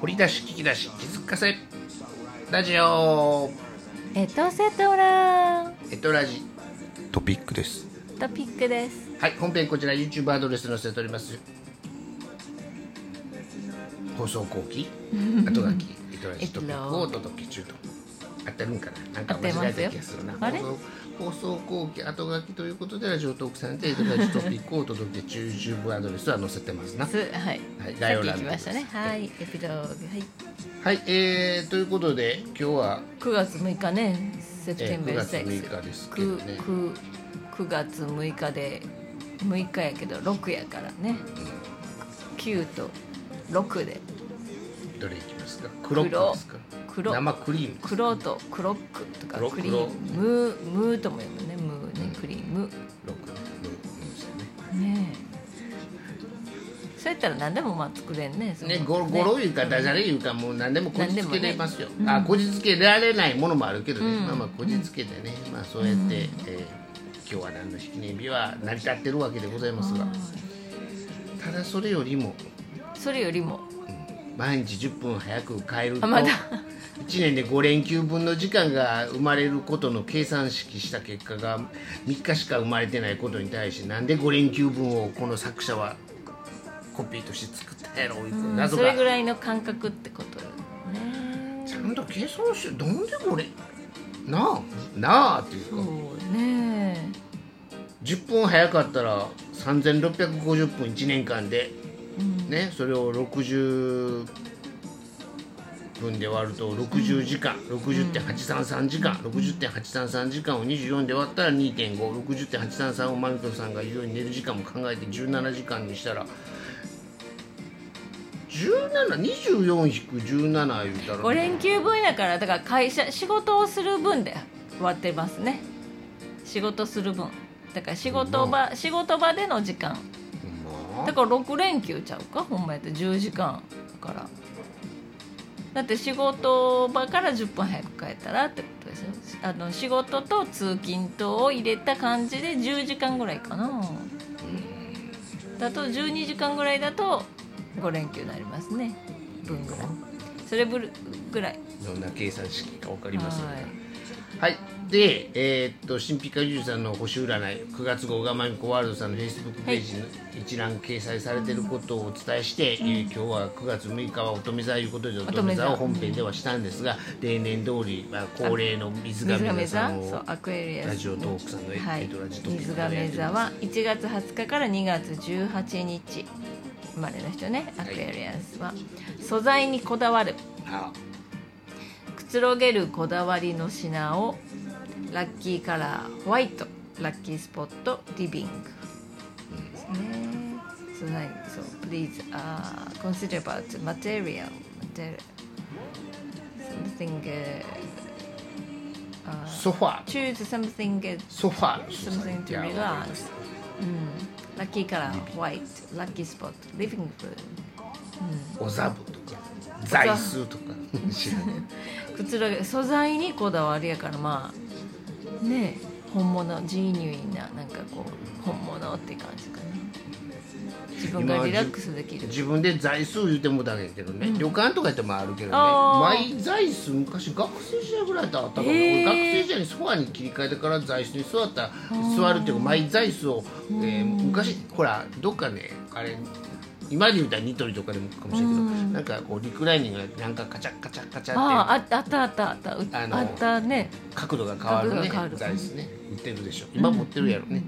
掘り出し聞き出し気づかせラジオエトセトラエトラジトピックですトピックですはい本編こちら YouTube アドレス載せております放送後期後 書きエトラジトピックをお届け中と合ってるんかななんか間違えた気がするな合ってますよ放送放送後期後書きということでラジオトークさんでエトラジトピックをお届け中 YouTube アドレスは載せてます なすはい、はいさ概要っき欄行きましたねはいエピローグはいはいえー、ということで今日は9月6日ねセプテンブルえー9 6月6日ですけどね9月6日で6日やけど6やからね9と6でどれいきますか黒くですか黒生クリーム黒とクロックとか黒クリームムームーとも呼ぶねムーねクリームロックロですよねえそうやったら何でもまあ作れんねそのねねごごろいうかダジャレいうかもう何でもこじつけれますよ、何でもねあこじつけられないものもあるけどね、うんまあまあこじつけてね、まあそうやって、えー今日は何の記念日は成り立ってるわけでございますがはただそれよりもいそれよりも毎日10分早く帰るとあまだ1年で5連休分の時間が生まれることの計算式した結果が3日しか生まれてないことに対しなんで5連休分をこの作者はコピーとして作ったんやろういううん謎そがれぐらいの感覚ってことよねちゃんと計算してなんでこれなあなあっていうかそうね10分早かったら3650分1年間で、ね、それを60分で割ると60時間、60.833時間、60.833時間を24で割ったら2.560.833をマミトさんが言うように寝る時間も考えて17時間にしたら。1724-17言うたら5連休分やからだから会社仕事をする分で割ってますね仕事する分だから仕事場仕事場での時間ほんまだから6連休ちゃうかほんまやって10時間だからだって仕事場から10分早く帰ったらってことですよあの仕事と通勤とを入れた感じで10時間ぐらいかなだと12時間ぐらいだと5連休になりますね分ぐらいそれぶるぐらいどんな計算式か分かりませんが、はいはい、で、えーっと新ピカジュさんの星占い9月号がまみこワールドさんのフェイスブックページに一覧掲載されていることをお伝えして、えー今日は9月6日は乙女座ということで乙乙女女座座を本編ではしたんですが例年通り、まあ、恒例の水水亀亀座さ座んをそうアクエリアスラジオトークさんのエはエいトラジトーク水さんのや亀つ座は1月20日から2月18日生まれの人ねアクエリアスは素材にこだわるあくつろげるこだわりの品をラッキーカラーホワイトラッキースポットリビングですね素材そう please、uh, consider about material material something、uh, ソファー choose something uh, ソファーの素材 something to いやわかり relax ましたうんラッキーカラーホワイトラッキースポットリビングお座布とか座椅子とか知らないくつろげ素材にこだわりやからまあねえ本物ジーニュインななんかこう本物って感じかね自分がリラックスできる自分で座椅子言うてもだけどね、旅館とかやってもあるけどねあー毎座椅子昔学生時代ぐらいだったかな、へ俺ー学生時代にソファに切り替えてから座椅子に座った座るっていうか毎座椅子を、えー昔ほらどっかねあれ今で言うたらニトリとかでもかもしれないけど、なんかこうリクライニングがなんかカチャッカチャッカチャあってああったあったあったあったうあのあったね角度が変わるね角度が変わる座椅子ね売ってるでしょ今持ってるやろね、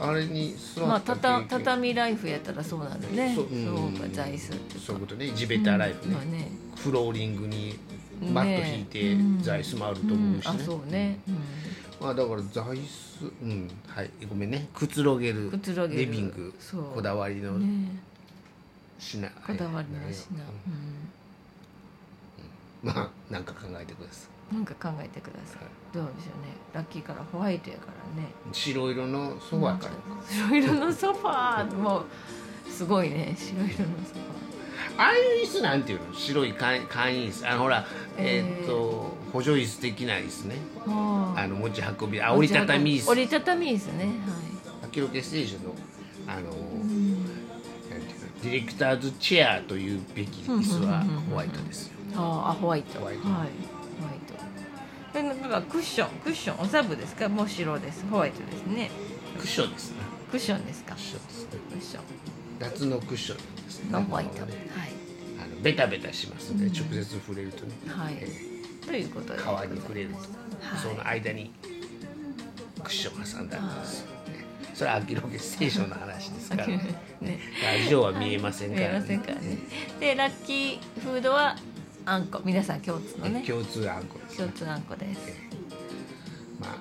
あれに座まあった経た験た畳ライフやったらそうなんだねそそうううんか座椅子ってそういうことね地べたライフね、まあねフローリングにマット引いて座椅子もあるとう思んうしあね、そうね、うんまあ、だから座椅子うんはいごめんねくつろげるくつろげるリビングそうこだわりのね品、えこだわりの品、はいうんまあなんか考えてくださなんか考えてください、はいどうでしょうねラッキーからホワイトやからねい白色のソファーから、白色のソファーもすごいね白色のソフああいう椅子なんていうの白い簡簡易椅子あのほらえーえーっと補助椅子的な椅子ねァーあの持ち運びああ折りたたみ椅子折りたたみ椅子ねアキロケステージのあの、なんていうのディレクターズチェアというべき椅子はホワイトですよああホワイトホワイトはい、ホワイトでなんかクッションクッションおサブですかもう白ですホワイトですねクッションですねクッションですかクックションですねッション夏のクッションなんですねのホワイあトはいのあのベタベタしますので、うん直接触れるとね、はいえということでー皮に触れると、はいその間にクッション挟んだんですよ、ねそれはアキロゲステーションの話ですから、ね、ねラジオは見えませんから、見えませんからねでラッキーフードはあんこ皆さん共通のねね共通あんこです、共ね、通あんこですまあ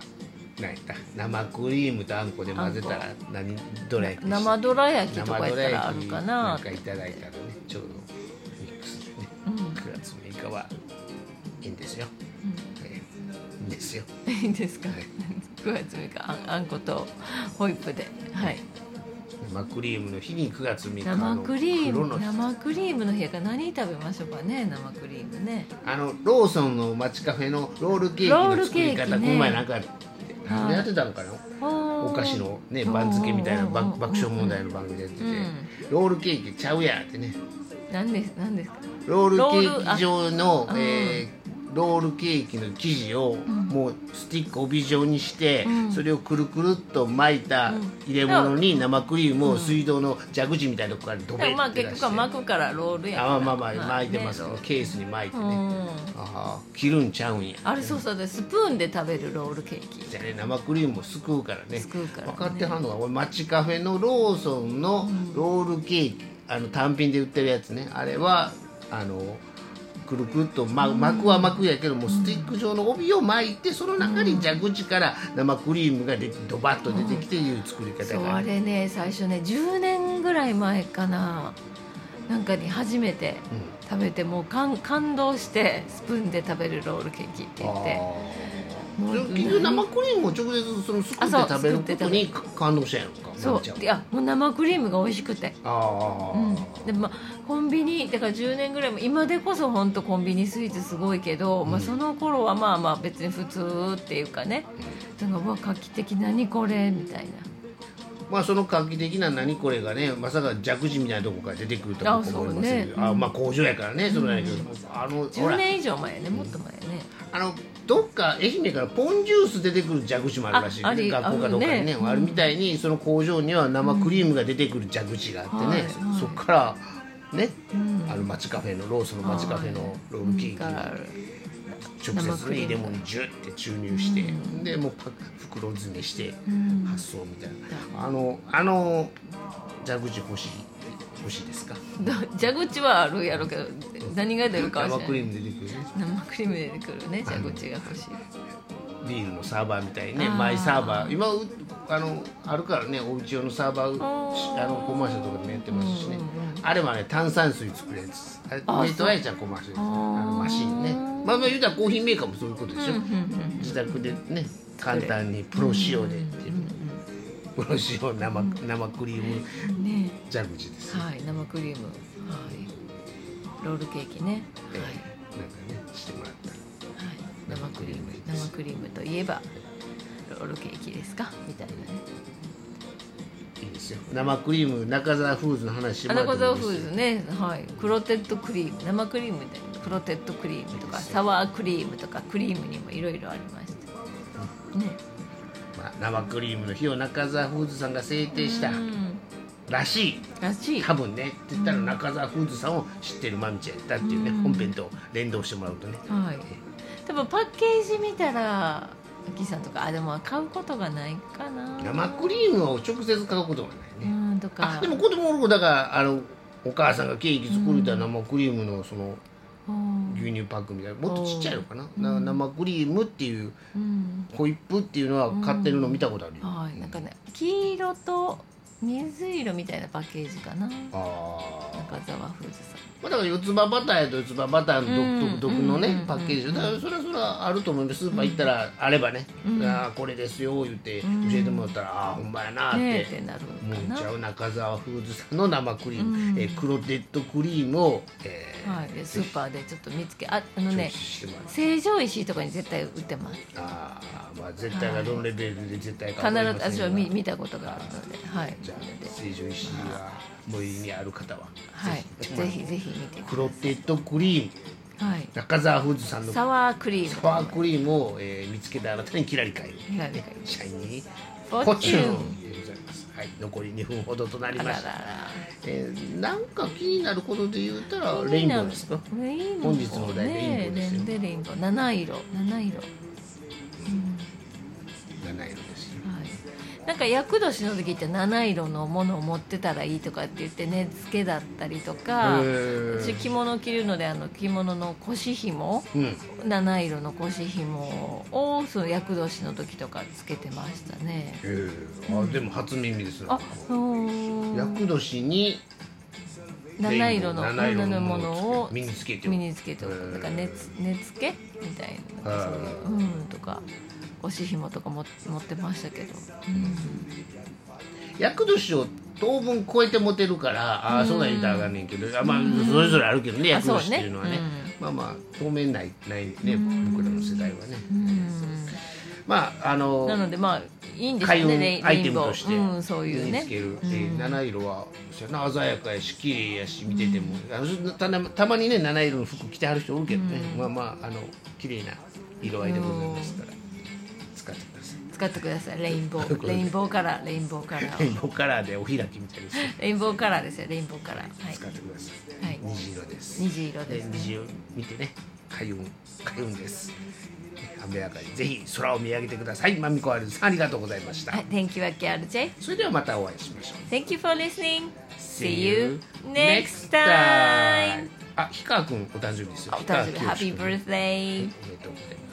何やった生クリームとあんこで混ぜたらあん何どれ生どら焼きと生かやっどらたらあ焼るきかななんかいただいたらねちょうどミックスでねうんうん9月6日はいいんですよ、えーいいんですよ いいですかはい9月6日あんあんことホイップではい生クリームの日に9月3日の生クリー黒ムの日生クリームの日やから何食べましょうかね生クリームねあのローソンの街カフェのロールケーキの作りロールケ方ーキこねの前なんか何はいやってたのかなおお菓子のねうん番付みたいなうんばうん爆笑問題の番組でやっててうロールケーキちゃうやってね何です何ですかロールケーキ状のロールあえーロールケーキの生地をんもうスティック帯状にしてうんそれをくるくるっと巻いたうん入れ物に生クリームを水道の蛇口みたいなとこからドでベもまあッて結出し局ては巻くからロールやからあまあまあまあ巻いてますけねどケースに巻いてうねんああ切るんちゃうんやあれそうそうでスプーンで食べるロールケーキじゃあね生クリームをすくうからねすくうからね分かってはんのが俺街カフェのローソンのロールケーキ、あの単品で売ってるやつねあれはあのくるくるっと、ま、巻くは巻くやけどもうスティック状の帯を巻いてその中に蛇口から生クリームがでドバッと出てきていう作り方そうがあある、れね最初ね10年ぐらい前かななんかに初めてうん食べてもう感感動してスプーンで食べるロールケーキって言ってもあうー結局生クリームを直接そのすくってあそう食べることにす感動したんやろかそなちゃんうはいやもう生クリームが美味しくてああ、うん、でまあコンビニだから10年ぐらいも今でこそ本当コンビニスイーツすごいけど、まあ、その頃はまあまあ別に普通っていうかねそのうわ画期的何これみたいまあその画期的な何これがねまさか弱児みたいなとこから出てくるとはあそう思いませんけどねあ、まあ工場やからねそれなんやけど、あのなほ10ら年以上前ねもっと前ね、あのどっか愛媛からポンジュース出てくる弱児もあるらしいああり学校かどっかにねああるねうんるみたいにその工場には生クリームが出てくる弱児があってね、うんはいそっからね、うんあの街カフェのローソンの街カフェのロールケーキだから直接ね入れ物にジュッて注入して、でもうパッ袋詰めしてん発送みたいな、あのあの蛇口欲しい欲しいですかだ蛇口はあるやろうけど何が出るかは生知クらなリいーム出てくるね生クリーム出てくるね蛇口が欲しいビールのサーバーみたいにねあーマイサーバー今うあのあるからねお家用のサーバーあーあのコマーシャルとかでもやってますしね、うんうんあれはね炭酸水作るやつあれあーネットワイちゃんコマーシャルですねああーのマシンねまあまあ言うたらコーヒーメーカーもそういうことでしょ、うんうんうん自宅でね簡単にプロ仕様でっていう、プロ仕様生生クリームうんね蛇口です、ねはい生クリームはいロールケーキねえはいーなんかねしてもらったらはい、生クリーム生クリームといえばロールケーキですかみたいなねいいですよ生クリーム中澤フーズの話してもら花った子ら沢いいですよフーズね、はい、クロテッドクリーム生クリームでクロテッドクリームとかサワークリームとかクリームにもいろいろありましたねまあ、生クリームの日を中澤フーズさんが制定したうんらしいらしい多分ねって言ったら中澤フーズさんを知ってるまみちゃんやったっていうね、うん本編と連動してもらうとねはい多分パッケージ見たらアッキーさんとかあでも買うことがないかな生クリームを直接買うことがなういね、んとかあでも子供の頃だからあのお母さんがケーキ作るたら生クリームのそのうん牛乳パックみたいなもっとちっちゃいのかなな生クリームっていううんホイップっていうのは買ってるの見たことあるよ、はいなんかね黄色と水色みたいなパッケージかなあ中澤フーズさんまあ、だから四つ葉バターやと四つ葉バターのうん独特独特のうんねパッケージだからそれはそれはあると思うんでスーパー行ったらあればね「ああこれですよ」言って教えてもらったら「ああほんまやな」っねえっててなるか思っなちゃう中澤フーズさんの生クリーうムんえークロテッドクリームをえーはい、でスーパーでちょっと見つけああのチョイねスしてもらう成城石井とかに絶対売ってますああまあ絶対がどのレベルで絶対か必わずかりませんが私は見見たことがあるのではいじゃあ成城石井はご意味ある方ははいぜひぜひ見てくクロテッドクリームださい中澤フーズさんのサワークリームサワークリームを、えー見つけたあなたにキラリかえるキラリかえるシャイニーフォフォッッチチュュンンでございますはい残り2分ほどとなりあらまらしたらえーなんか気になることで言うたら気レイにンボなるーですかレインボ本ー日のお題レインボーですよねレインボー七色七色七色ですよはいなんか厄年の時って七色のものを持ってたらいいとかって言って根付けだったりとかへー私着物着るのであの着物の腰紐うん七色の腰紐をその厄年の時とかつけてましたねえー、あでも初耳ですあそう厄年に七色の七色ののももののをを身につけておく身につけておくだから寝つ寝つけみたいななんかそういううんとか腰紐とかも持ってましたけど、厄年を当分超えてモテるからあーそんなん言うたらあかんねんけど、あまあそれぞれあるけどねあ厄そうね年っていうのはねまあまあ当面ないないね僕らの世代はねまああのなのでまあいいんです開よ運ねレイアイレテインムボーとしてうん、そういう身にねつける、えー七色はそうやな鮮やかやし綺麗やし見てても、あのたなたまにね七色の服着てはる人おるけどね、まあまああの綺麗な色合いでございますから、使ってください使ってくださいレインボーレインボーカラーレインボーカラレイーンをボーカラーでお開きみたいですねレインボーカラーですよレインボーカラー、はい使、ってください、はい虹色です虹色ですね虹を見てね開運開運です雨上がりぜひ空を見上げてくださいまみこあるさんありがとうございました、はい、Thank you again RJ それではまたお会いしましょう Thank you for listening See you next next time time あ、氷川くんお誕生日ですよお誕生日氷川きよし Happy 君 birthday おめでとうございます